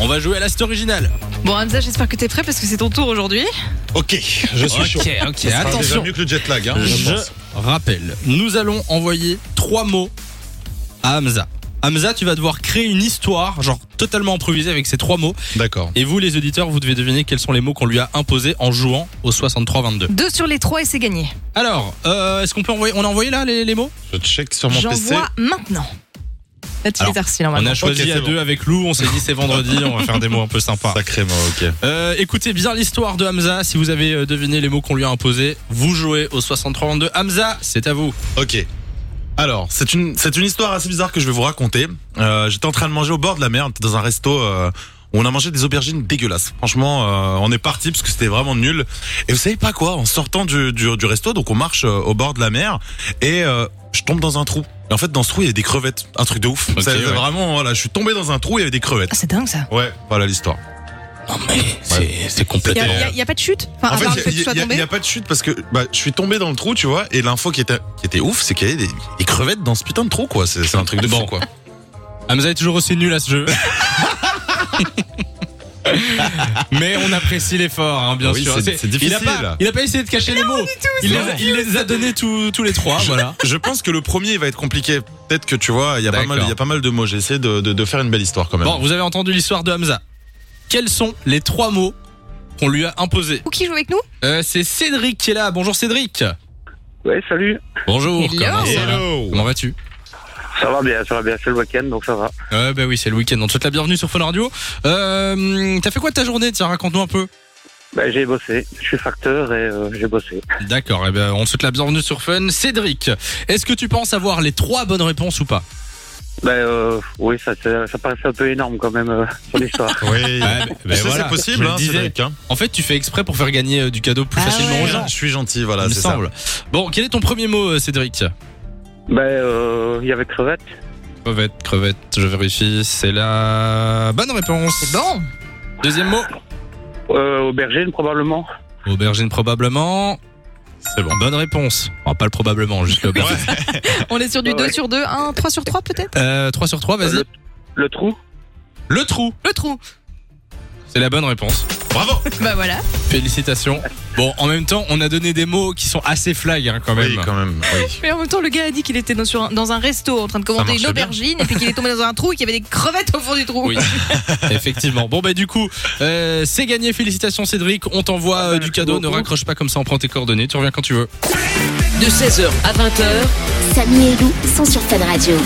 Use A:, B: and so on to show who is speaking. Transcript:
A: On va jouer à l'ast original.
B: Bon, Hamza, j'espère que t'es prêt parce que c'est ton tour aujourd'hui.
C: Ok, je suis chaud.
A: Ok, ok,
C: Ça sera déjà
A: attention.
C: mieux que le jet lag. Hein, je
A: Je
C: pense.
A: rappelle, nous allons envoyer trois mots à Hamza. Hamza, tu vas devoir créer une histoire, genre totalement improvisée avec ces trois mots.
C: D'accord.
A: Et vous, les auditeurs, vous devez deviner quels sont les mots qu'on lui a imposés en jouant au 63-22.
B: Deux sur les trois et c'est gagné.
A: Alors, euh, est-ce qu'on peut envoyer, on a envoyé là les, les mots
C: Je check sur mon PC.
B: J'envoie maintenant. Là, tu
A: Alors,
B: les as reçus,
A: On
B: normalement.
A: a choisi
C: Ok, c'est
A: à
C: bon.
A: deux avec Lou, on s'est dit c'est vendredi, on va faire des mots un peu sympas.
C: Sacrément, ok.
A: Euh, écoutez bien l'histoire de Hamza, si vous avez euh, deviné les mots qu'on lui a imposés, vous jouez au 63-22. Hamza, c'est à vous.
C: Ok. Alors, c'est une, c'est une histoire assez bizarre que je vais vous raconter. Euh, j'étais en train de manger au bord de la mer, dans un resto. euh, où on a mangé des aubergines dégueulasses. Franchement, euh, on est parti parce que c'était vraiment nul. Et vous savez pas quoi En sortant du, du, du resto, donc on marche euh, au bord de la mer et euh, je tombe dans un trou. Et en fait, dans ce trou, il y a des crevettes. Un truc de ouf.
A: Ok,
C: Ça, c'est
A: ouais.
C: Vraiment, voilà, je suis tombé dans un trou, il y avait des crevettes.
B: Ah, c'est dingue ça.
C: Ouais, voilà l'histoire.
A: Non mais c'est
B: Il
C: complètement-
B: n'y a, y a pas de chute Enfin,
C: euh, En
B: à part le fait
C: fait,
B: Ah, que
C: il
B: tu
C: n'y a,
B: sois
C: y a-
B: tombé
C: y a pas de chute parce que bah, je suis tombé dans le trou, tu vois, et l'info qui était, qui était ouf, c'est qu'il y avait des, des crevettes dans ce putain de trou, quoi. C'est c'est un truc de
A: Bon.
C: fou, quoi.
A: Hamza est toujours aussi nul à ce jeu. Mais on apprécie l'effort, hein, bien
C: Oui,
A: sûr.
C: c'est- c'est difficile,
A: Il a, pas,
C: là.
A: il a pas essayé de cacher les mots. il, les a,
C: vrai.
A: il les a donnés tous, tous les trois, voilà.
C: Je pense que le premier va être compliqué. Peut-être que tu vois, il y a pas
A: D'accord.
C: mal, il y a pas mal de mots. J'ai essayé de, de- de faire une belle histoire quand même.
A: Bon, vous avez entendu l'histoire de Hamza. Quels sont les trois mots qu'on lui a imposés
B: Ou qui joue avec nous
A: Euh, C'est Cédric qui est là. Bonjour Cédric.
D: Ouais, salut.
A: Bonjour.
B: Hello.
A: Comment, ça va
C: Hello.
A: Comment vas-tu
D: Ça va bien, ça va bien. C'est le week-end, donc ça va.
A: euh, Bah oui, c'est le week-end. On te souhaite la bienvenue sur Fun Radio. Euh, T'as fait quoi de ta journée Tiens, raconte-nous un peu.
D: Ben, j'ai bossé. Je suis facteur et euh, j'ai bossé.
A: D'accord, eh ben, on te souhaite la bienvenue sur Fun. Cédric, est-ce que tu penses avoir les trois bonnes réponses ou pas
D: Ben, euh, oui, ça, ça, ça paraissait un peu énorme quand même, euh, son histoire.
C: Oui.
A: Ouais, bah, bah,
C: Tu sais,
A: voilà,
C: c'est
A: je
C: possible,
A: le
C: hein,
A: disais.
C: Cédric. hein.
A: En fait, tu fais exprès pour faire gagner euh, du cadeau plus
B: Ah
A: facilement
B: ouais.
A: aux gens.
C: Je suis gentil, voilà,
A: il me
C: c'est ça.
A: semble. Bon, quel est ton premier mot, euh, Cédric
D: ben, euh, il y avait crevette.
A: Crevette, crevette, je vérifie, c'est la bonne réponse.
B: C'est bon.
A: Deuxième mot
D: Euh, aubergine, probablement.
A: Aubergine, probablement.
C: C'est bon.
A: Bonne réponse. Enfin, pas le probablement, juste l'aubergine.
B: On est sur du
D: Ouais.
B: 2 sur 2, 1, 3 sur 3 peut-être
A: Euh, 3 sur 3, vas-y.
D: Le, le trou.
A: Le trou,
B: Le trou.
A: c'est la bonne réponse.
C: Bravo.
B: Bah voilà.
A: Félicitations. Bon, en même temps, on a donné des mots qui sont assez flag hein, quand même.
C: Oui, quand même. oui.
B: Mais en même temps, le gars a dit qu'il était dans, sur un, dans un resto en train de commander
C: marchait
B: une aubergine et puis qu'il est tombé dans un trou et qu'il y avait des crevettes au fond du trou.
A: Oui. Effectivement. Bon, bah, du coup, euh, c'est gagné. Félicitations, Cédric. On t'envoie euh, du
D: merci
A: cadeau. Ne
D: beaucoup.
A: raccroche pas comme ça. On prend tes coordonnées. Tu reviens quand tu veux.
E: De 16h à 20h,
F: Samy et Lou sont sur Fun Radio.